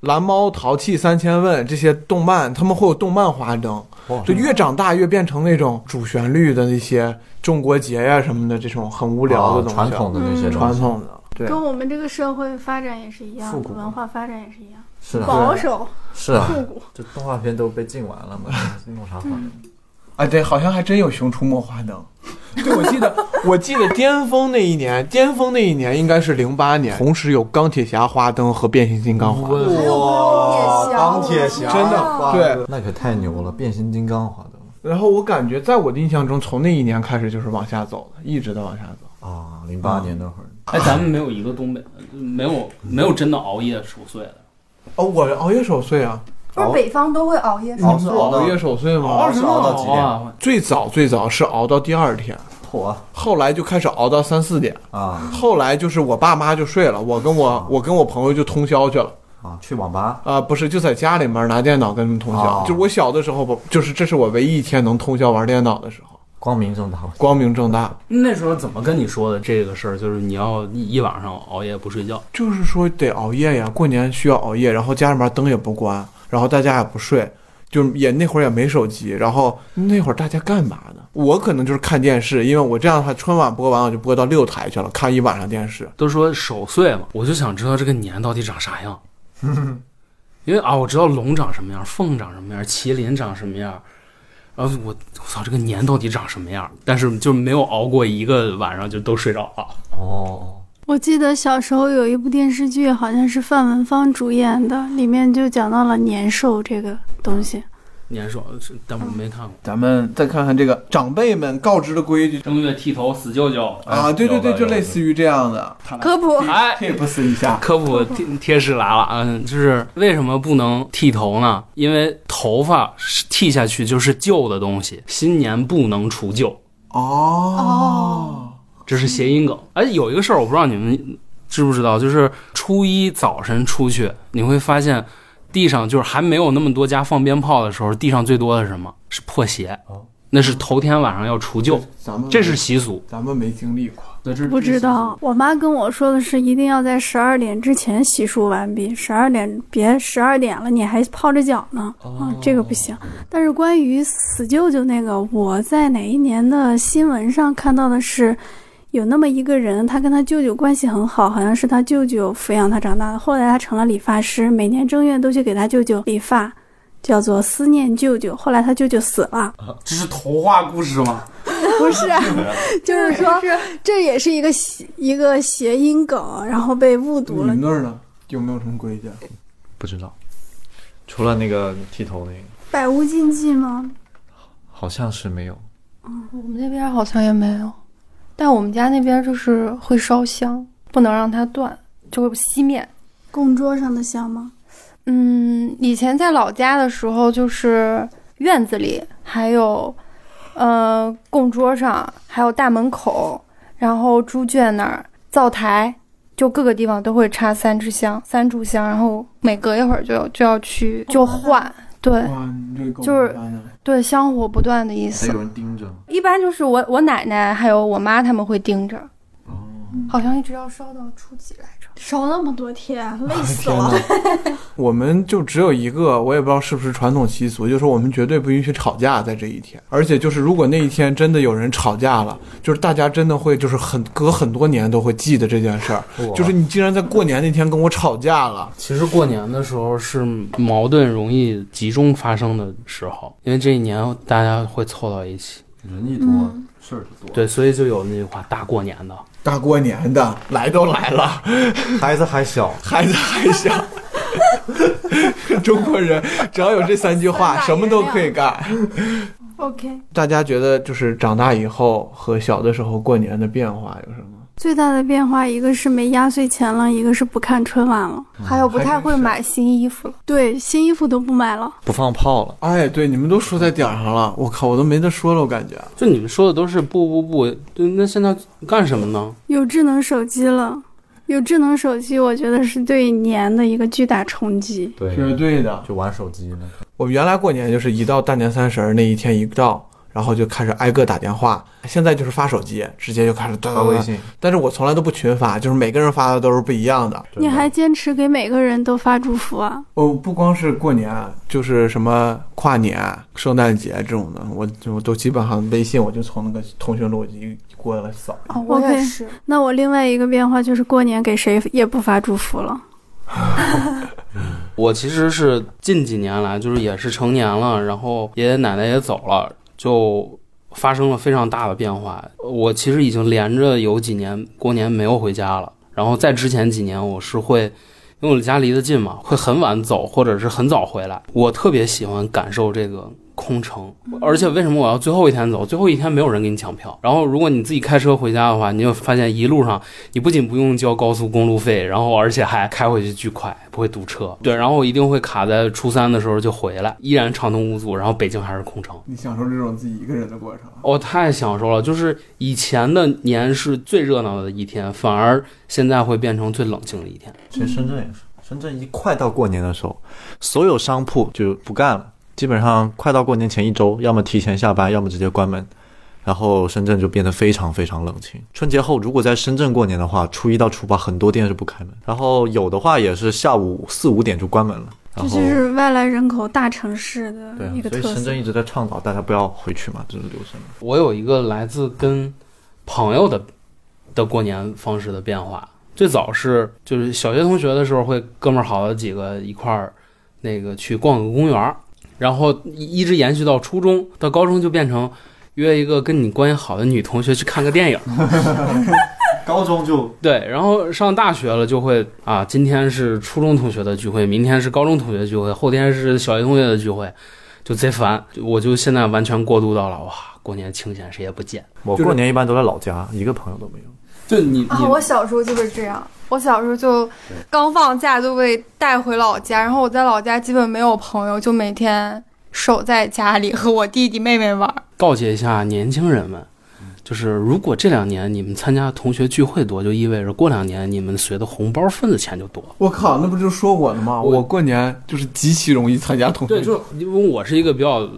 蓝猫、淘气三千问这些动漫，他们会有动漫花灯，就越长大越变成那种主旋律的那些中国结呀、什么的这种很无聊哦的东西，啊啊传统的那些嗯传东西，统的，对，跟我们这个社会发展也是一样复的，古文化发展也是一样，是啊，保守是啊，复古。这动画片都被禁完了 嘛，弄啥花样？啊，对，好像还真有《熊出没》花灯。对，我记得，我记得巅峰那一年，巅峰那一年应该是零八年，同时有钢铁侠花灯和变形金刚花灯。哇钢铁侠真的对，那可太牛了，变形金刚花灯然后我感觉，在我的印象中，从那一年开始就是往下走的，一直在往下走。啊，零八年那会儿，嗯哎，咱们没有一个东北，没有没有真的熬夜守岁的，哦，我熬夜守岁啊，不是北方都会熬夜你嗯熬们是是熬到熬夜守岁哦吗？熬是熬到哦几点？啊？最早最早是熬到第二天，嚯后来就开始熬到三四点，啊后来就是我爸妈就睡了，我跟我我跟我朋友就通宵去了。啊，去网吧啊、不是，就在家里面拿电脑跟他们通宵。哦就我小的时候不，就是这是我唯一一天能通宵玩电脑的时候，光明正大，光明正大。那时候怎么跟你说的这个事儿？就是你要一一晚上熬夜不睡觉，就是说得熬夜呀，过年需要熬夜，然后家里面灯也不关，然后大家也不睡，就也那会儿也没手机，然后那会儿大家干嘛呢？我可能就是看电视，因为我这样的话，春晚播完我就播到六台去了，看一晚上电视。都说守岁嘛，我就想知道这个年到底长啥 样。因为啊，我知道龙长什么样，凤长什么样，麒麟长什么样，然后我我操，这个年到底长什么样？但是就没有熬过一个晚上，就都睡着了。哦，我记得小时候有一部电视剧，好像是范文芳主演的，里面就讲到了年兽这个东嗯西。年少，是但我没看过。咱们再看看这个长辈们告知的规矩正月剃头死舅舅，啊，对对对，就类似于这样的啊科普哎， tips 一下。科普贴贴士来了，嗯，就是为什么不能剃头呢？因为头发是剃下去就是旧的东西，新年不能除旧，哦这是谐音梗。哎，有一个事儿我不知道你们知不知道，就是初一早晨出去，你会发现地上就是还没有那么多家放鞭炮的时候，地上最多的是什么？是破鞋哦。那是头天晚上要除旧，咱们这是习俗。咱们没经历过，嗯对，这不知道，我妈跟我说的是，一定要在十二点之前洗漱完毕，十二点别十二点了，你还泡着脚呢，哦啊，这个不行。但是关于死舅舅那个，我在哪一年的新闻上看到的是，有那么一个人，他跟他舅舅关系很好，好像是他舅舅抚养他长大的，后来他成了理发师，每年正月都去给他舅舅理发。叫做思念舅舅，后来他舅舅死了，这是童话故事吗？不是，就是说这也是一个谐一个谐音梗，然后被误你读了嗯们。那儿呢？有没有什么规矩？不知道。除了那个剃头那个，百无禁忌吗？好像是没有。我们那边好像也没有，但我们家那边就是会烧香，不能让它断，就会熄灭。供桌上的香吗？嗯，以前在老家的时候，就是院子里，还有呃供桌上，还有大门口，然后猪圈那儿、灶台，就各个地方都会插三支香、三炷香，然后每隔一会儿就要就要去就换，对哇，你这个就是对，香火不断的意还思有。人盯着，一般就是我我奶奶还有我妈他们会盯着，哦好像一直要烧到初几来着。烧那么多天，累死 天 哪！我们就只有一个，我也不知道是不是传统习俗，就是我们绝对不允许吵架在这一天。而且就是如果那一天真的有人吵架了，就是大家真的会就是很隔很多年都会记得这件事儿，就是你竟然在过年那天跟我吵架了，其实过年的时候是矛盾容易集中发生的时候，因为这一年大家会凑到一起，人一多嗯事儿就多，对，所以就有那句话“大过年的大过年的来都来了，孩子还小，孩子还小。中国人只要有这三句话，什么都可以干。 OK，大家觉得就是长大以后和小的时候过年的变化有什么？最大的变化一个是没压岁钱了，一个是不看春晚了。嗯还有不太会买新衣服了，对，新衣服都不买了。不放炮了，哎，对，你们都说在点儿上了，我靠，我都没得说了，我感觉。”，就你们说的都是不不不，对那现在干什么呢？有智能手机了，有智能手机，我觉得是对年的一个巨大冲击。对对的，就玩手机呢，我们原来过年就是一到大年三十儿那一天一到，然后就开始挨个打电话。现在就是发手机，直接就开始发发微，信，但是我从来都不群发，就是每个人发的都是不一样的。你还坚持给每个人都发祝福啊？我哦不光是过年，啊就是什么跨年、啊圣诞节这种的，我就我都基本上微信我就从那个通讯录我就一过来扫。哦，我也 OK 是。那我另外一个变化就是过年给谁也不发祝福了。我其实是近几年来，就是也是成年了，然后爷爷奶奶也走了，就发生了非常大的变化。我其实已经连着有几年过年没有回家了，然后在之前几年我是会。因为我家离得近嘛，会很晚走，或者是很早回来。我特别喜欢感受这个空城，而且为什么我要最后一天走？最后一天没有人给你抢票。然后如果你自己开车回家的话，你就发现一路上你不仅不用交高速公路费，然后而且还开回去巨快，不会堵车。对，然后我一定会卡在初三的时候就回来，依然畅通无阻。然后北京还是空城，你享受这种自己一个人的过程，啊我、太享受了。就是以前的年是最热闹的一天，反而现在会变成最冷清的一天。其实深圳也是，深圳一快到过年的时候，所有商铺就不干了，基本上快到过年前一周，要么提前下班，要么直接关门。然后深圳就变得非常非常冷清。春节后，如果在深圳过年的话，初一到初八很多店是不开门，然后有的话也是下午四五点就关门了。然这后就是外来人口大城市对的啊一个，所以特深色圳。一直在倡导大家不要回去嘛，这是留声。我有一个来自跟朋友的的过年方式的变化。最早是就是小学同学的时候，会哥们儿好的几个一块儿那个去逛个公园儿，然后一一直延续到初中，到高中就变成约一个跟你关系好的女同学去看个电影。 高中就对，然后上大学了就会啊，今天是初中同学的聚会，明天是高中同学聚会，后天是小学同学的聚会，就贼烦。就我就现在完全过渡到了哇，过年清闲谁也不见。我就是过年一般都在老家，一个朋友都没有。就你你、啊，我小时候就是这样。我小时候就刚放假就被带回老家，然后我在老家基本没有朋友，就每天守在家里和我弟弟妹妹玩。告诫一下年轻人们，就是如果这两年你们参加同学聚会多，就意味着过两年你们随的红包份子钱就多。我靠，那不就说我呢吗？我我过年就是极其容易参加同学对，就是因为我是一个比较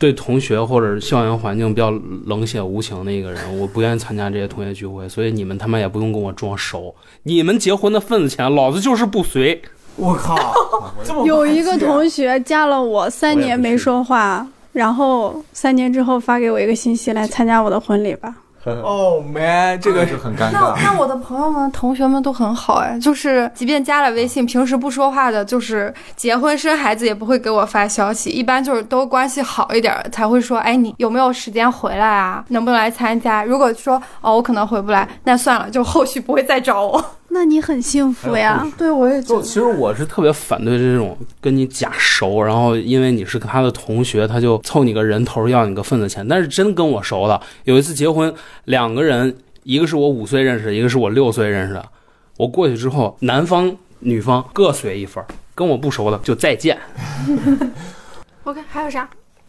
对同学或者校园环境比较冷血无情的一个人，我不愿意参加这些同学聚会，所以你们他妈也不用跟我装熟。你们结婚的份子钱，老子就是不随。我 靠，这么啊有一个同学加了我三我也年不是没说话，然后三年之后发给我一个信息来参加我的婚礼吧。哦 man，这 个就很尴那尬。那我的朋友们、同学们都很好哎，就是即便加了微信，平时不说话的，就是结婚生孩子也不会给我发消息，一般就是都关系好一点儿才会说，哎，你有没有时间回来啊？能不能来参加？如果说哦，我可能回不来，那算了，就后续不会再找我。那你很幸福哎呀！对，我也觉就得其实我是特别反对这种跟你假熟，然后因为你是他的同学，他就凑你个人头要你个份子钱。但是真跟我熟的，有一次结婚，两个人，一个是我五岁认识的，一个是我六岁认识的。我过去之后，男方女方各随一份儿，跟我不熟的就再见。 OK，还有啥？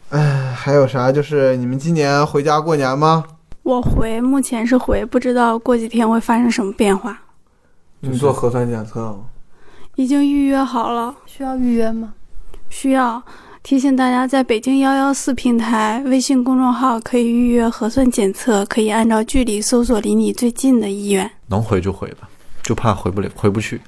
哎， 还有啥？就是你们今年回家过年吗？我回目前是回，不知道过几天会发生什么变化。你们做核酸检测吗？已经预约好了，需要预约吗？需要提醒大家，在北京幺幺四平台微信公众号可以预约核酸检测，可以按照距离搜索离你最近的医院。能回就回吧，就怕回不了回不去。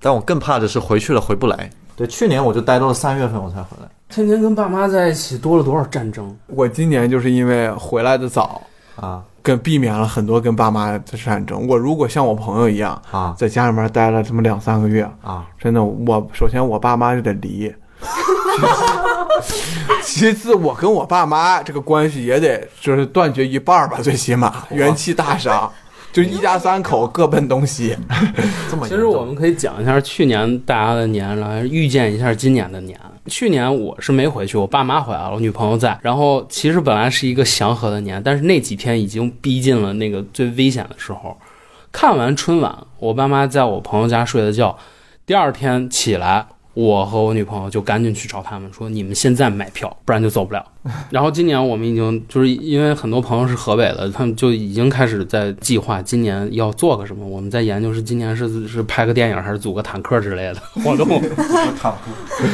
但我更怕的是回去了回不来。对，去年我就待到了三月份我才回来。天天跟爸妈在一起，多了多少战争？我今年就是因为回来的早，啊跟避免了很多跟爸妈的战争。我如果像我朋友一样，啊在家里面待了这么两三个月，啊！真的，我首先我爸妈就得离， 其次我跟我爸妈这个关系也得就是断绝一半儿吧，最起码元气大伤，就一家三口各奔东西。这么其 实我们可以讲一下去年大家的年来预见一下今年的年。去年我是没回去，我爸妈回来了，我女朋友在。然后其实本来是一个祥和的年，但是那几天已经逼近了那个最危险的时候。看完春晚，我爸妈在我朋友家睡的觉，第二天起来，我和我女朋友就赶紧去找他们说：“你们现在买票，不然就走不了。”然后今年我们已经就是因为很多朋友是河北的，他们就已经开始在计划今年要做个什么。我们在研究是今年是是拍个电影还是组个坦克之类的活动。 坦克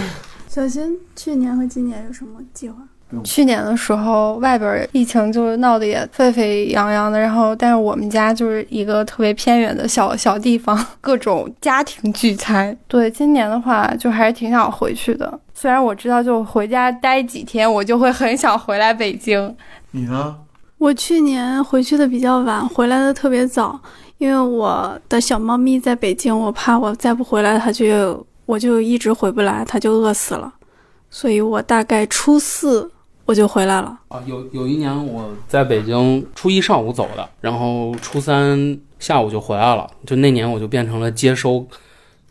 小新去年和今年有什么计划？去年的时候，外边疫情就是闹得也沸沸扬扬的，然后但是我们家就是一个特别偏远的小小地方，各种家庭聚餐。 对，今年的话就还是挺想回去的，虽然我知道就回家待几天，我就会很想回来北京。你呢？我去年回去的比较晚，回来的特别早，因为我的小猫咪在北京，我怕我再不回来，它就我就一直回不来，它就饿死了，所以我大概初四我就回来了。啊，有有一年我在北京初一上午走的，然后初三下午就回来了。就那年我就变成了接收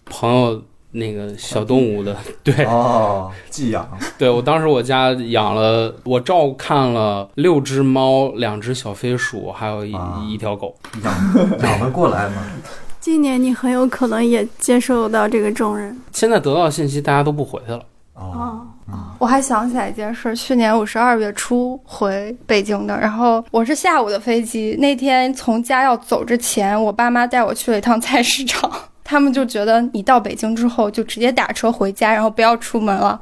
朋友那个小动物的， 对哦， 寄养对，我当时我家养了，我照看了六只猫，两只小飞鼠，还有一、啊一条狗。养养得过来吗？今年你很有可能也接受到这个重任现在得到的信息，大家都不回去了。哦，哦，我还想起来一件事，儿，去年我是二月初回北京的，然后我是下午的飞机。那天从家要走之前，我爸妈带我去了一趟 菜市场，他们就觉得你到北京之后就直接打车回家，然后不要出门了，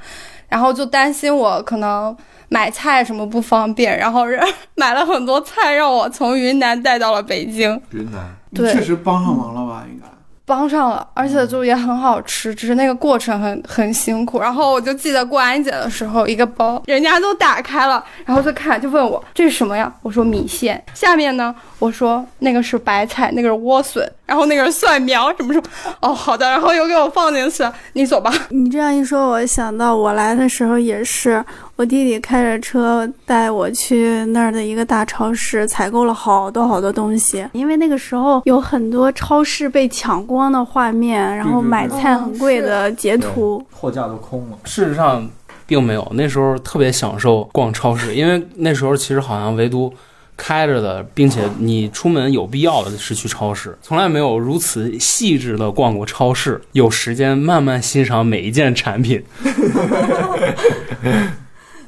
然后就担心我可能买菜什么不方便，然后 让买了很多菜让我从云南带到了北京，云南你对确实帮上忙了吧？应该。帮上了，而且就也很好吃，只是那个过程很很辛苦。然后我就记得过安检的时候，一个包人家都打开了，然后就看就问我这是什么呀？我说米线。下面呢，我说那个是白菜，那个是莴笋，然后那个是蒜苗，什么什么。哦，好的，然后又给我放进去，你走吧。你这样一说，我想到我来的时候也是，我弟弟开着车带我去那儿的一个大超市，采购了好多好多东西。因为那个时候有很多超市被抢光的画面，然后对对买对菜很贵的截图。货架都空了，事实上并没有，那时候特别享受逛超市，因为那时候其实好像唯独开着的，并且你出门有必要的是去超市，从来没有如此细致的逛过超市，有时间慢慢欣赏每一件产品。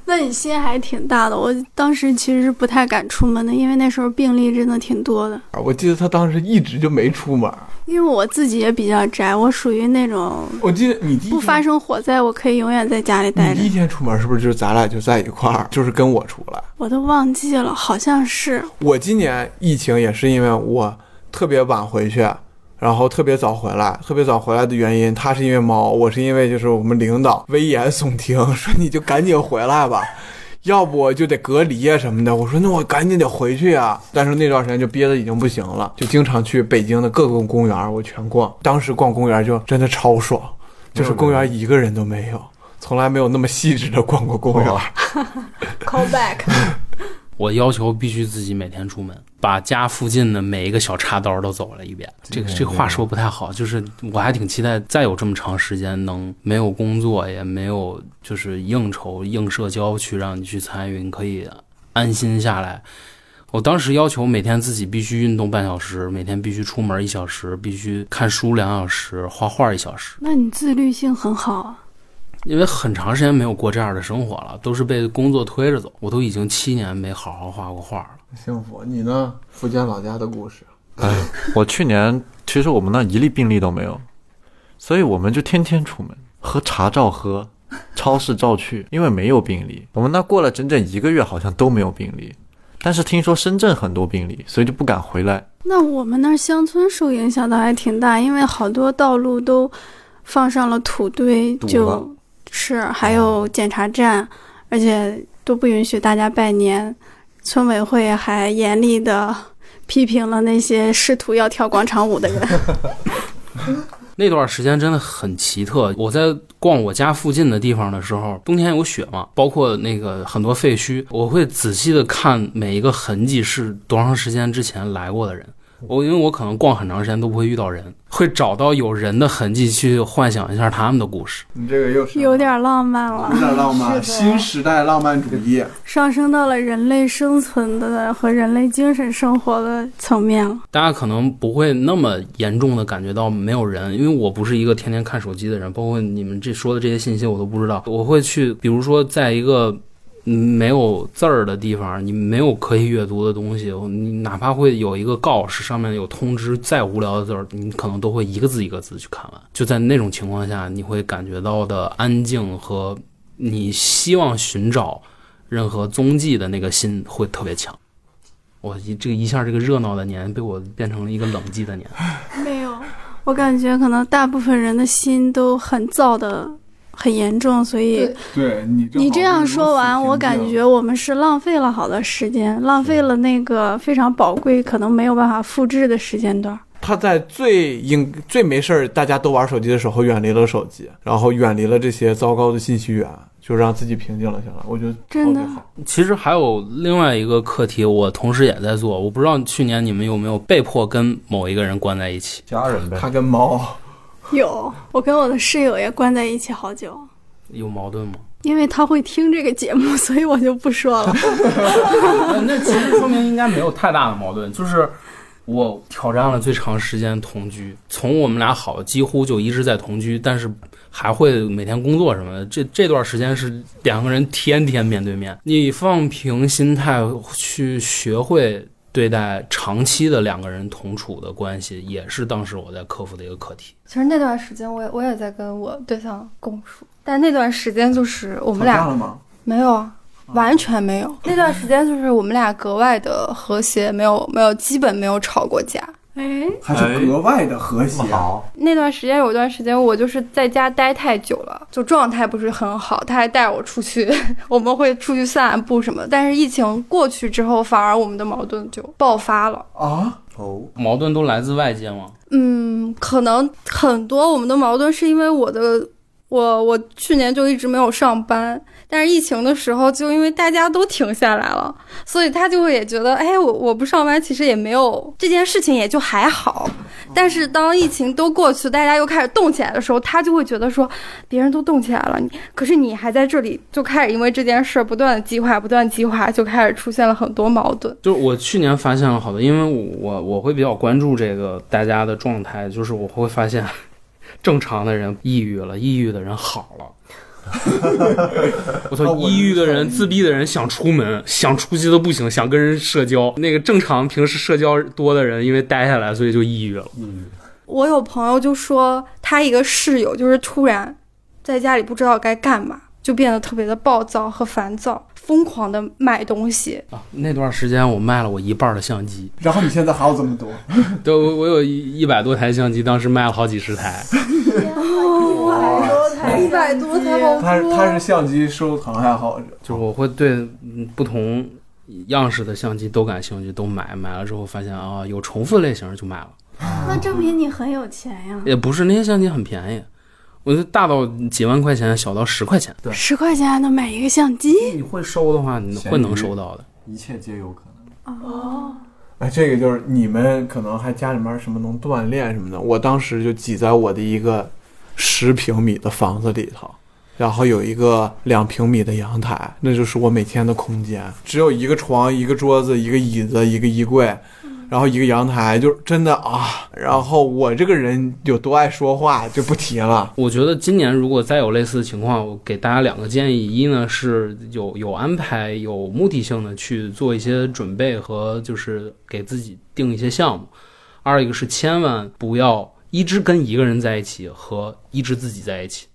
那你心还挺大的。我当时其实是不太敢出门的，因为那时候病例真的挺多的。啊我记得他当时一直就没出门。因为我自己也比较宅，我属于那种我记得你第一不发天，生火灾，我可以永远在家里待你着第一。天出门是不是就是咱俩就在一块儿，就是跟我出来？我都忘记了，好像是。我今年疫情也是因为我特别晚回去，然后特别早回来。特别早回来的原因，他是因为猫，我是因为就是我们领导危言耸 听，说你就赶紧回来吧， 要不就得隔离啊什么的。我说那我赶紧得回去啊。但是那段时间就憋得已经不行了，就经常去北京的各个公园我全逛。当时逛公园就真的超爽，就是公园一个人都没有，从来没有那么细致的逛过公园。 Call back。我要求必须自己每天出门，把家附近的每一个小岔道都走了一遍。这个这个话说不太好，就是我还挺期待再有这么长时间能没有工作，也没有就是应酬、应社交去让你去参与，你可以安心下来。我当时要求每天自己必须运动半小时，每天必须出门一小时，必须看书两小时，画画一小时，那你自律性很好啊。因为很长时间没有过这样的生活了，都是被工作推着走。我都已经七年没好好画过画了。幸福，你呢？福建老家的故事。我去年其实我们那一例病例都没有，所以我们就天天出门喝茶照喝，超市照去，因为没有病例。我们那过了整整一个月，好像都没有病例，但是听说深圳很多病例，所以就不敢回来。那我们那儿乡村受影响的还挺大，因为好多道路都放上了土堆，堵了就是还有检查站，而且都不允许大家拜年。村委会还严厉的批评了那些试图要跳广场舞的 人。那段时间真的很奇特。我在逛我家附近的地方的时候，冬天有雪嘛，包括那个很多废墟，我会仔细的看每一个痕迹是多长时间之前来过的人。我因为我可能逛很长时间都不会遇到人，会找到有人的痕迹去幻想一下他们的故事。你这个又是有点浪漫了 有，点浪漫，新时代浪漫主义。上升到了人类生存的和人类精神生活的层面了。大家可能不会那么严重的感觉到没有人，因为我不是一个天天看手机的人，包括你们这说的这些信息我都不知道。我会去，比如说在一个嗯没有字儿的地方，你没有可以阅读的东西，你哪怕会有一个告示上面有通知，再无聊的字儿，你可能都会一个字一个字去看完。就在那种情况下，你会感觉到的安静和你希望寻找任何踪迹的那个心会特别强。我一这个一下这个热闹的年被我变成了一个冷寂的年。没有，我感觉可能大部分人的心都很燥的很严重，所以对对你你这样说完，我感觉我们是浪费了好多时间，浪费了那个非常宝贵、可能没有办法复制的时间段。他在最应最没事儿，大家都玩手机的时候，远离了手机，然后远离了这些糟糕的信息源，就让自己平静了下来。我觉得真的特别好，其实还有另外一个课题，我同时也在做。我不知道去年你们有没有被迫跟某一个人关在一起，家人呗。他跟猫有，我跟我的室友也关在一起好久，有矛盾吗？因为他会听这个节目，所以我就不说了。呃 那其实说明应该没有太大的矛盾，就是我挑战了最长时间同居，从我们俩好几乎就一直在同居，但是还会每天工作什么的。这这段时间是两个人天天面对面，你放平心态去学会对待长期的两个人同处的关系，也是当时我在克服的一个课题。其实那段时间我也我也在跟我对象共处，但那段时间就是我们俩了吗？没有啊，完全没有。那段时间就是我们俩格外的和谐，没有没有，基本没有吵过架。哎，还是格外的和这谐么。好，那段时间有段时间我就是在家待太久了，就状态不是很好。他还带我出去， 我们会出去散步什么的。但是疫情过去之后，反而我们的矛盾就爆发了。啊，哦，矛盾都来自外界吗？嗯，可能很多我们的矛盾是因为我的，我我去年就一直没有上班，但是疫情的时候，就因为大家都停下来了，所以他就会也觉得，哎，我我不上班其实也没有这件事情，也就还好。但是当疫情都过去，大家又开始动起来的时候，他就会觉得说，别人都动起来了，你可是你还在这里，就开始因为这件事儿不断的激化，不断地激化，就开始出现了很多矛盾。就是我去年发现了好多，因为我我我会比较关注这个大家的状态，就是我会发现， 正常的人抑郁了，抑郁的人好了。 我操！抑郁的人、自闭的人想出门、想出去都不行，想跟人社交。那个正常平时社交多的人，因为待下来，所以就抑郁了。我有朋友就说，他一个室友就是突然在家里不知道该干嘛，就变得特别的暴躁和烦躁，疯狂的买东西。啊，那段时间我卖了我一半的相机，然后你现在还有这么多，对，我我有一一百多台相机，当时卖了好几十台。一百多台好他他是相机收藏爱好者，就是我会对嗯不同样式的相机都感兴趣，都买。买了之后发现啊，有重复类型就买了，那证明你很有钱呀，也不是那些相机很便宜，我就大到几万块钱，小到十块钱。十块钱还能买一个相机你会收的话，你闲鱼会能收到的。一切皆有可能。哦，哎，这个就是你们可能还家里面什么能锻炼什么的，我当时就挤在我的一个十平米的房子里头，然后有一个两平米的阳台，那就是我每天的空间，只有一个床、一个桌子、一个椅子、一个衣柜，然后一个阳台，就是真的啊。然后我这个人有多爱说话就不提了，我觉得今年如果再有类似的情况，我给大家两个建议：一呢是有有安排、有目的性的去做一些准备和就是给自己定一些项目；二一个是千万不要一直跟一个人在一起和一直自己在一起，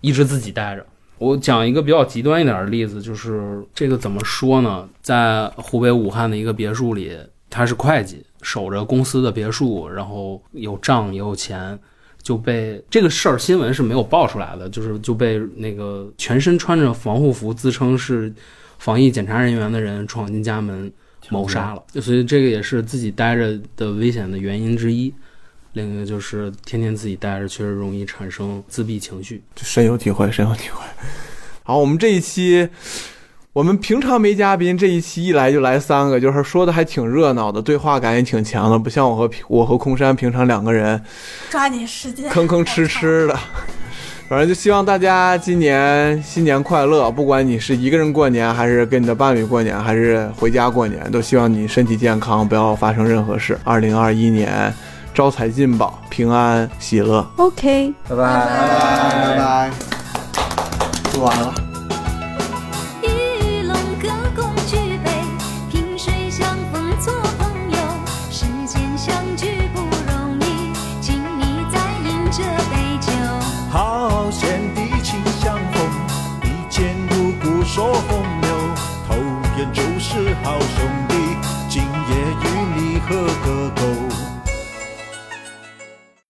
一直自己待着。我讲一个比较极端一点的例子，就是这个怎么说呢？在湖北武汉的一个别墅里，他是会计，守着公司的别墅，然后有账也有钱，就被这个事儿新闻是没有爆出来的，就是就被那个全身穿着防护服自称是防疫检查人员的人闯进家门谋杀了，所以这个也是自己待着的危险的原因之一。另一个就是天天自己待着，确实容易产生自闭情绪。就深有体会，深有体会。好，我们这一期，我们平常没嘉宾，这一期一来就来三个，就是说的还挺热闹的，对话感也挺强的，不像我和我和空山平常两个人抓紧时间吭吭哧哧的。 反正就希望大家今年新年快乐，不管你是一个人过年，还是跟你的伴侣过年，还是回家过年，都希望你身体健康，不要发生任何事。二零二一年，招财进宝，平安喜乐。 OK。拜拜。拜拜，做完了。与龙歌共举杯，萍水相逢做朋友。世间相聚不容易，请你再饮这杯酒。好好贤弟情相逢，一见如故说风流。是好兄弟，今夜与你喝个够。